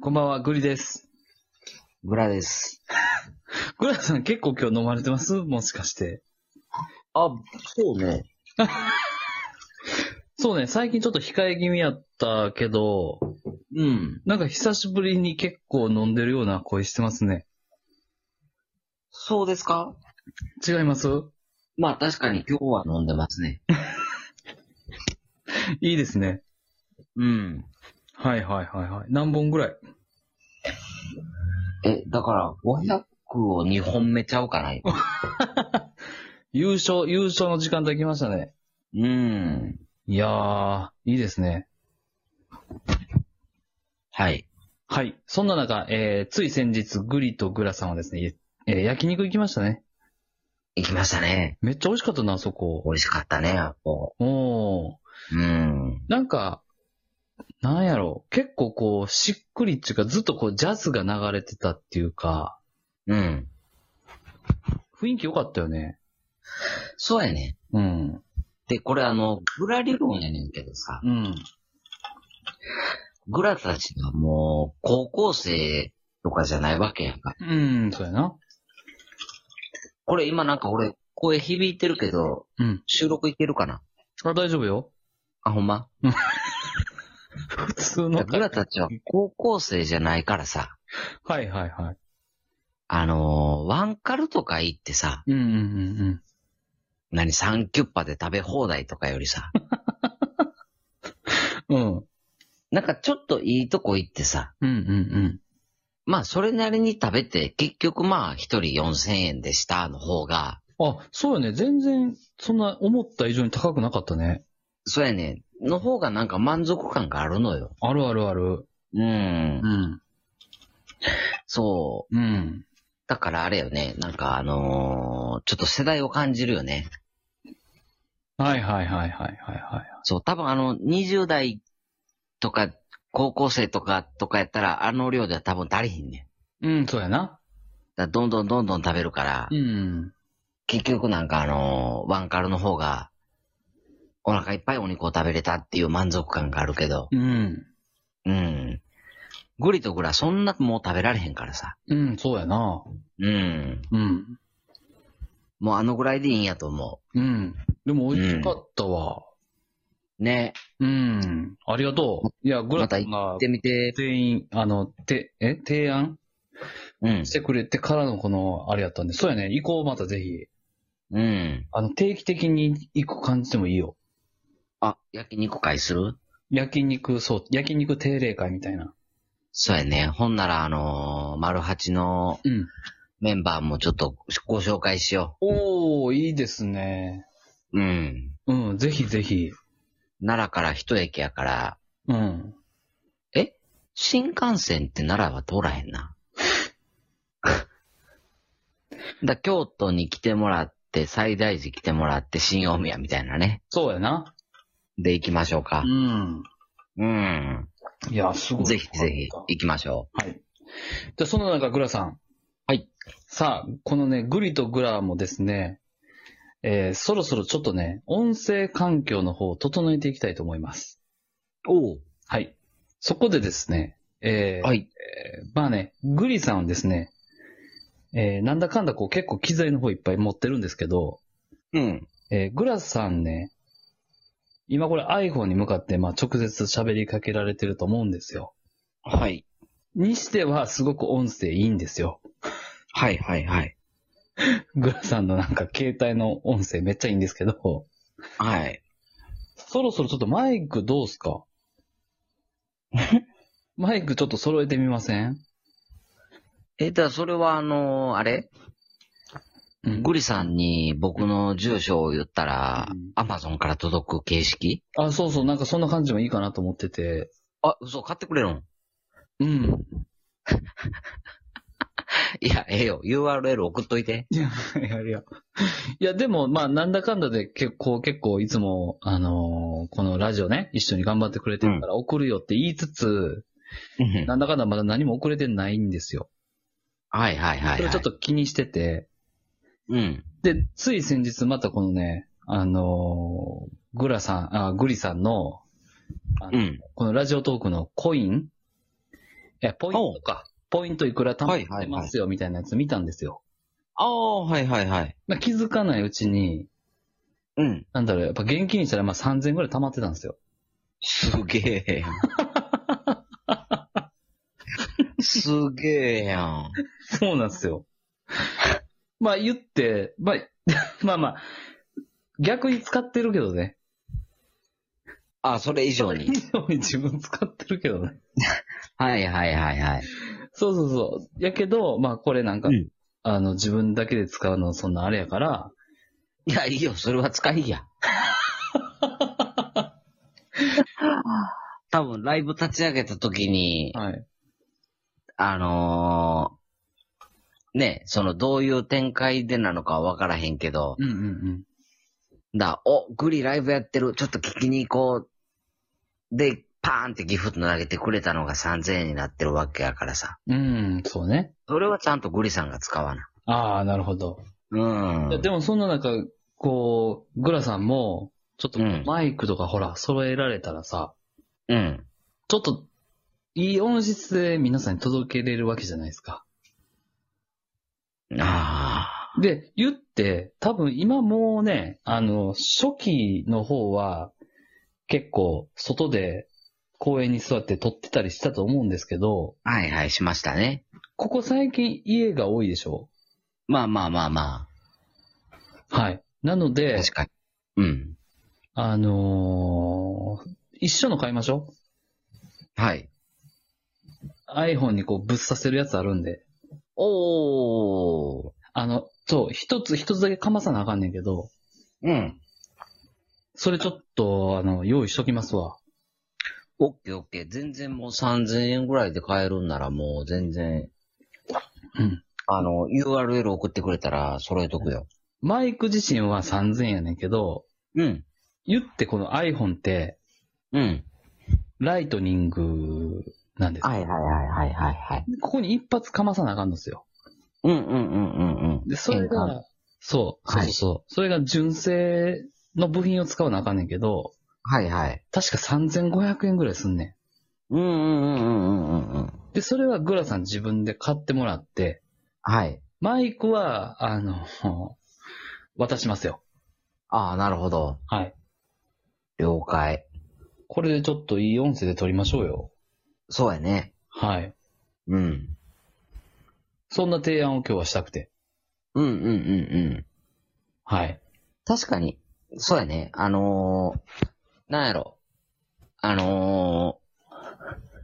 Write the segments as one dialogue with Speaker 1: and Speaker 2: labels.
Speaker 1: こんばんは、グリです。
Speaker 2: グラです。
Speaker 1: グラさん結構今日飲まれてますもしかして。
Speaker 2: あ、そうね。
Speaker 1: そうね、最近ちょっと控え気味やったけど、
Speaker 2: うん。
Speaker 1: なんか久しぶりに結構飲んでるような声してますね。
Speaker 2: そうですか
Speaker 1: 違います
Speaker 2: まあ確かに今日は飲んでますね。
Speaker 1: いいですね。
Speaker 2: うん。
Speaker 1: はいはいはいはい。何本ぐらい
Speaker 2: え、だから500を2本目ちゃうかな今
Speaker 1: 優勝、優勝の時間できましたね。
Speaker 2: うん。
Speaker 1: いやー、いいですね。
Speaker 2: はい。
Speaker 1: はい。そんな中、えー、つい先日、グリとグラさんはですね、えー焼肉行きましたね。
Speaker 2: 行きましたね。
Speaker 1: めっちゃ美味しかったな、あそこ。
Speaker 2: 美味しかったね、やっぱ。
Speaker 1: おー。
Speaker 2: うん。
Speaker 1: なんか、なんやろう、結構こう、しっくりっていうか、ずっとこう、ジャズが流れてたっていうか、
Speaker 2: うん。
Speaker 1: 雰囲気良かったよね。
Speaker 2: そうやね。
Speaker 1: うん。
Speaker 2: で、これあの、グラ理論やねんけどさ、
Speaker 1: うん。
Speaker 2: グラたちがもう高校生とかじゃないわけやんか。
Speaker 1: うん、そうやな。
Speaker 2: これ今なんか俺声響いてるけど、
Speaker 1: うん。
Speaker 2: 収録いけるかな
Speaker 1: あ、大丈夫よ。
Speaker 2: あ、ほんま
Speaker 1: 普通の。
Speaker 2: 僕らたちは高校生じゃないからさ、
Speaker 1: はいはいはい。
Speaker 2: あのーワンカルとか行ってさ、
Speaker 1: うんうんうんうん。
Speaker 2: 何、サンキュッパで食べ放題とかよりさ、
Speaker 1: うん。
Speaker 2: なんかちょっといいとこ行ってさ、
Speaker 1: うんうん
Speaker 2: まあそれなりに食べて、結局まあ一人4000円でしたの方が、
Speaker 1: うん。あ、そうよね。全然、そんな思った以上に高くなかったね。
Speaker 2: そうやね、の方がなんか満足感があるのよ。
Speaker 1: あるあるある。
Speaker 2: うん。
Speaker 1: ん。
Speaker 2: そう。
Speaker 1: うん。
Speaker 2: だからあれよね、なんかあのーちょっと世代を感じるよね。
Speaker 1: はいはいはいはいはいはい。
Speaker 2: そう、多分あの、20代とか、高校生とか、とかやったら、あの量では多分足りひんねん。
Speaker 1: うん、そうやな。
Speaker 2: だからどんどんどんどん食べるから、
Speaker 1: うん。
Speaker 2: 結局なんかあのーワンカルの方が、お腹いっぱいお肉を食べれたっていう満足感があるけど、
Speaker 1: うん。
Speaker 2: うん。グリとグラそんなもう食べられへんからさ。
Speaker 1: うん、そうやな。
Speaker 2: うん。
Speaker 1: うん。
Speaker 2: もうあのぐらいでいいんやと思
Speaker 1: うん。でも美味しかったわ。
Speaker 2: う。ね。
Speaker 1: うん。ありがとう。いや、グラタンが
Speaker 2: 行ってみて。
Speaker 1: 全員、あの、て、え、提案
Speaker 2: うん
Speaker 1: し。てくれてからのこの、あれやったんで、そうやね、行こうまたぜひ。
Speaker 2: うん。
Speaker 1: あの、定期的に行く感じでもいいよ。
Speaker 2: あ、焼肉会する
Speaker 1: 焼肉、そう、焼肉定例会みたいな。
Speaker 2: そうやね。ほんならあのー、丸八の
Speaker 1: うん。
Speaker 2: メンバーもちょっとご紹介しよ
Speaker 1: おー、いいですね。
Speaker 2: う。うん。
Speaker 1: うん、ぜひぜひ。
Speaker 2: 奈良から一駅やから、
Speaker 1: うん。
Speaker 2: 新幹線って奈良は通らへんな。 だ京都に来てもらって、最大寺来てもらって、新大宮みたいなね。
Speaker 1: そうやな。
Speaker 2: で行きましょうか
Speaker 1: う。ん。
Speaker 2: うん。
Speaker 1: いや、すごい。
Speaker 2: ぜひぜひ行きましょ
Speaker 1: はい。じゃあ、その中、グラさん。
Speaker 2: はい。
Speaker 1: さあ、このね、グリとグラもですね、えー、そろそろちょっとね、音声環境の方を整えていきたいと思います。
Speaker 2: う。おう。
Speaker 1: はい。そこでですね、えー、
Speaker 2: はい。
Speaker 1: まあね、グリさんはですね、えー、なんだかんだこう結構機材の方いっぱい持ってるんですけど、
Speaker 2: うん。
Speaker 1: えー、グラさんね、今これ iPhone に向かって、まあ直接喋りかけられてると思うんですよ。
Speaker 2: はい。
Speaker 1: にしてはすごく音声いいんですよ。
Speaker 2: はいはいはい。
Speaker 1: グラさんのなんか携帯の音声めっちゃいいんですけど、
Speaker 2: はい。
Speaker 1: そろそろちょっとマイクどうす かマイクちょっと揃えてみません、
Speaker 2: え、だからそれはあのーあれ
Speaker 1: うん
Speaker 2: グリさんに僕の住所を言ったら
Speaker 1: うん、
Speaker 2: アマゾンから届く形式
Speaker 1: あ、そうそう、なんかそんな感じもいいかなと思ってて。
Speaker 2: あ、嘘、買ってくれるん
Speaker 1: うん。
Speaker 2: いや、ええよ。URL 送っといて。
Speaker 1: いや、いや、いや。いや、でも、まあ、なんだかんだで結構、結構、いつも、あのーこのラジオね、一緒に頑張ってくれてるから送るよって言いつつ、なんだかんだまだ何も送れてないんですよ。
Speaker 2: はいはいはい、はい。
Speaker 1: それちょっと気にしてて、
Speaker 2: うん。
Speaker 1: で、つい先日またこのね、あのーグラさん、あ、グリさんの、
Speaker 2: うん。
Speaker 1: このラジオトークのコイン、え、ポイントか。ポイントいくら貯まってますよみたいなやつ見たんですよ。
Speaker 2: ああ、はいはいはい。
Speaker 1: まあ気づかないうちに、
Speaker 2: うん。
Speaker 1: なんだろう、やっぱ現金にしたらまあ3000ぐらい貯まってたんですよ。
Speaker 2: すげえや ん。すげえやん。
Speaker 1: そうなんですよ。 まあ言って、まあ、 まあまあ、逆に使ってるけどね。
Speaker 2: あ、それ以上
Speaker 1: 以
Speaker 2: に。
Speaker 1: 上に自分使ってるけどね。
Speaker 2: はいはいはいはい。
Speaker 1: そうそうそう。やけど、まあこれなんか、
Speaker 2: うん
Speaker 1: あの自分だけで使うのそんなあれやから、
Speaker 2: いや、いいよ、それは使い や。多分、ライブ立ち上げた時に、
Speaker 1: はい。
Speaker 2: あのーね、その、どういう展開でなのかはわからへんけど、
Speaker 1: うんうん
Speaker 2: だ、お、グリライブやってる、ちょっと聞きに行こう。で、パーンってギフト投げてくれたのが3000円になってるわけやからさ。
Speaker 1: うん。うん、そうね。
Speaker 2: それはちゃんとグリさんが使わな。
Speaker 1: ああ、なるほど。
Speaker 2: うん。
Speaker 1: いやでもそんな中、こう、グラさんも、ちょっと
Speaker 2: うん
Speaker 1: マイクとかほら、揃えられたらさ、
Speaker 2: うん。
Speaker 1: ちょっと、いい音質で皆さんに届けれるわけじゃないですか。
Speaker 2: ああ。
Speaker 1: で、言って、多分今もうね、あの、初期の方は、結構、外で、公園に座って撮ってたりしたと思うんですけど、
Speaker 2: はいはい、しましたね。
Speaker 1: ここ最近家が多いでしょ
Speaker 2: まあまあまあま
Speaker 1: はい。なの
Speaker 2: あ。
Speaker 1: で
Speaker 2: 確、かに。うん。
Speaker 1: あのー一緒の買いましょう。
Speaker 2: はい。
Speaker 1: iPhone にこうぶっ刺せるやつあるんで。
Speaker 2: おー。
Speaker 1: あの、そう、一つ一つだけかまさなあかんねんけど、
Speaker 2: うん。
Speaker 1: それちょっと、あの、用意しときますわ。
Speaker 2: オッケーオッケー。全然もう3000円ぐらいで買えるんならもう全然、
Speaker 1: うん。
Speaker 2: あの、URL 送ってくれたら揃えとくよ。
Speaker 1: マイク自身は3000円やねんけど、
Speaker 2: うん。
Speaker 1: 言ってこの iPhone って、
Speaker 2: うん。
Speaker 1: ライトニングなんです。
Speaker 2: はいはいはいはいはいはい。
Speaker 1: ここに一発かまさなあかんのですよ。
Speaker 2: うんうんうんうんうん。
Speaker 1: で、それ
Speaker 2: 変換、
Speaker 1: が、そう、そうそうそう、それが純正の部品を使わなあかんねんけど、
Speaker 2: はいはい。
Speaker 1: 確か3500円ぐらいすんねん。
Speaker 2: うんうんうんうんうんうん。
Speaker 1: で、それはグラさん自分で買ってもらって、
Speaker 2: はい。
Speaker 1: マイクは、あの、 渡しますよ。
Speaker 2: ああ、なるほど。
Speaker 1: はい。
Speaker 2: 了解。
Speaker 1: これでちょっといい音声で撮りましょうよ。
Speaker 2: そうやね。
Speaker 1: はい。
Speaker 2: うん。
Speaker 1: そんな提案を今日はしたくて。
Speaker 2: うんうんうんうん。
Speaker 1: はい。
Speaker 2: 確かに、そうやね。あのー、なんやろ。あの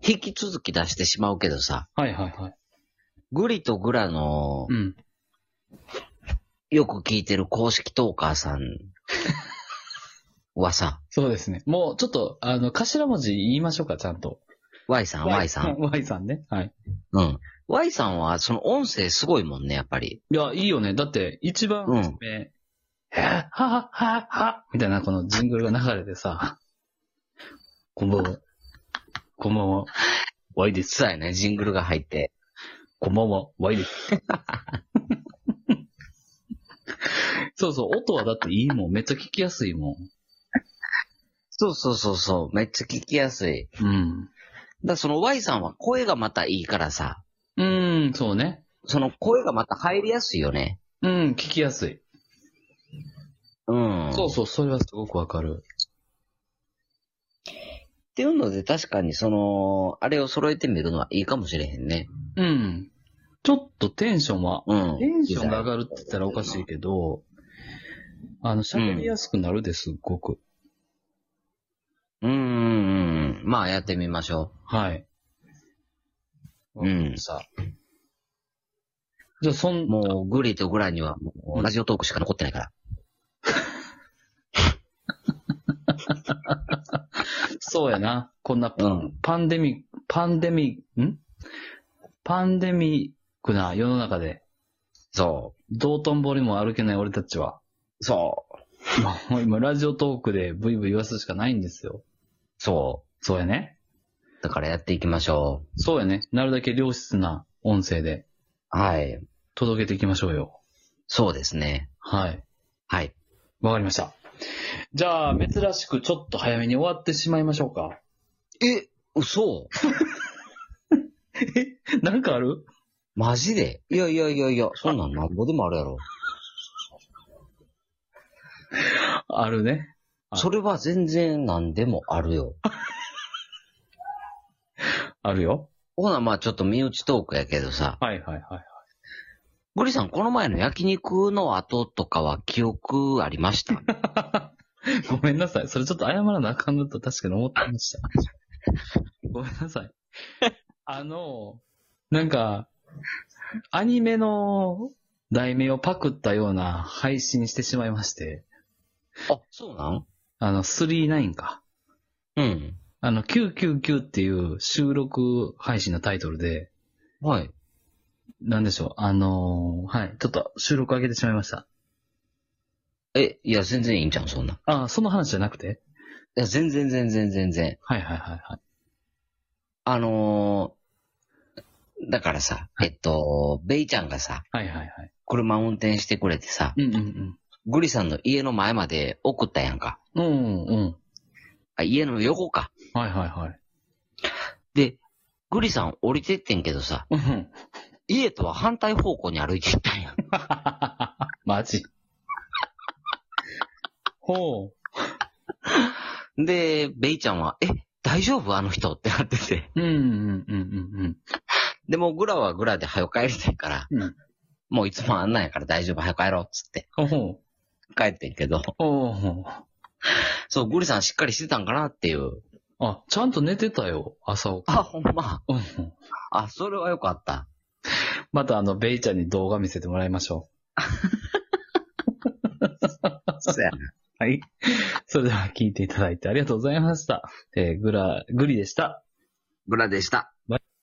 Speaker 2: ー、引き続き出してしまうけどさ、
Speaker 1: はいはいはい。
Speaker 2: グリとグラの
Speaker 1: う、ん。
Speaker 2: よく聞いてる公式トーカー さんはさ、
Speaker 1: そうですね。もうちょっと、あの、頭文字言いましょうか、ちゃんと。
Speaker 2: Y さん、Y さ ん。。
Speaker 1: Y さんね。はい。
Speaker 2: うん。Y さんは、その音声すごいもんね、やっぱり。
Speaker 1: いや、いいよね。だって、一番
Speaker 2: うん
Speaker 1: 初め、えははははみたいなこのジングルが流れてさ、こんばんは。こんばんは。Y です。
Speaker 2: そうやね、ジングルが入って。
Speaker 1: こんばんは、ワイです。そうそう、音はだっていいもん。めっちゃ聞きやすいも
Speaker 2: そうそうそうそう、めっちゃ聞きやすい。
Speaker 1: ん。うん。
Speaker 2: だその Y さんは声がまたいいからさ、
Speaker 1: うーん、そうね。
Speaker 2: その声がまた入りやすいよね。
Speaker 1: うん、聞きやすい。
Speaker 2: うん。
Speaker 1: そうそう、それはすごくわかる。
Speaker 2: っていうので確かにその、あれを揃えてみるのはいいかもしれへんね。
Speaker 1: うん。ちょっとテンションは、
Speaker 2: うん。
Speaker 1: テンションが上がるって言ったらおかしいけど、あの、喋りやすくなるですっごく。
Speaker 2: うんうんうん。まあやってみましょ
Speaker 1: はい。
Speaker 2: うん
Speaker 1: さあ。じゃあ、そん
Speaker 2: う。、もうグリとグラにはもうラジオトークしか残ってないから。
Speaker 1: そうやな。こんなパ,、
Speaker 2: うん
Speaker 1: パンデミ、パンデミ、んパンデミックな世の中で、
Speaker 2: そ
Speaker 1: 道頓堀も歩けない俺たちは、
Speaker 2: う。そう。
Speaker 1: もう今ラジオトークでブイブイ言わすしかないんですよ。
Speaker 2: そ
Speaker 1: そうやね。
Speaker 2: う。だからやっていきましょ
Speaker 1: そうやね。なるだけ良質な音声で
Speaker 2: う。はい。
Speaker 1: 届けていきましょうよ。
Speaker 2: そうですね。
Speaker 1: はい。
Speaker 2: はい。
Speaker 1: わかりました。じゃあ、珍しくちょっと早めに終わってしまいましょうか。
Speaker 2: え、嘘
Speaker 1: なんかある
Speaker 2: マジでいやいやいやいや、そんなんなんぼでもあるやろ。
Speaker 1: あるね。
Speaker 2: それは全然なんでもあるよ。
Speaker 1: あるよ。
Speaker 2: ほな、まあちょっと身内トークやけどさ。
Speaker 1: はいはいはい。
Speaker 2: ゴリさん、この前の焼肉の後とかは記憶ありました
Speaker 1: ごめんなさい。それちょっと謝らなあかんのと確かに思ってました。 ごめんなさい。あの、なんか、アニメの題名をパクったような配信してしまいまして、
Speaker 2: あ、そうなん
Speaker 1: あの、39か。
Speaker 2: うん。
Speaker 1: あの、999っていう収録配信のタイトルで、
Speaker 2: はい。
Speaker 1: なんでしょう、あのはい、ちょっと収録上げてしまいました。
Speaker 2: え、いや、全然いいんじゃん、そんなん。い
Speaker 1: ああ、その話じゃなくて
Speaker 2: や、全然全然全然。
Speaker 1: はいはいはいはい。
Speaker 2: あのー、だからさ、えっと、ベイちゃんがさ、
Speaker 1: はいはいはい。
Speaker 2: 車運転してくれてさ、
Speaker 1: うんうん
Speaker 2: ゴリさんの家の前まで送ったやんか。
Speaker 1: うん。うんうん。
Speaker 2: あ、家の横か。
Speaker 1: はいはいはい。
Speaker 2: で、ゴリさん降りてってんけどさ、
Speaker 1: うん。
Speaker 2: 家とは反対方向に歩いていったんやん。
Speaker 1: マジ。ほう。
Speaker 2: で、ベイちゃんは、え、大丈夫あの人ってなってて。
Speaker 1: うんうんうん
Speaker 2: でも、グラはグラで早く帰りたいから、
Speaker 1: うんうん。
Speaker 2: もういつもあんなんやから大丈夫、早く帰ろう、っつって。
Speaker 1: うん。ほ
Speaker 2: 帰ってんけど、
Speaker 1: う。ほうほう。
Speaker 2: そう、グリさんしっかりしてたんかなっていう。
Speaker 1: あ、ちゃんと寝てたよ、朝起き。
Speaker 2: あ、ほんま。
Speaker 1: うんうん。
Speaker 2: あ、それはよかった。
Speaker 1: またあの、ベイちゃんに動画見せてもらいましょ
Speaker 2: そうやな。
Speaker 1: う。はい。それでは聞いていただいてありがとうございました。えーグラ、グリでした。
Speaker 2: グラでした。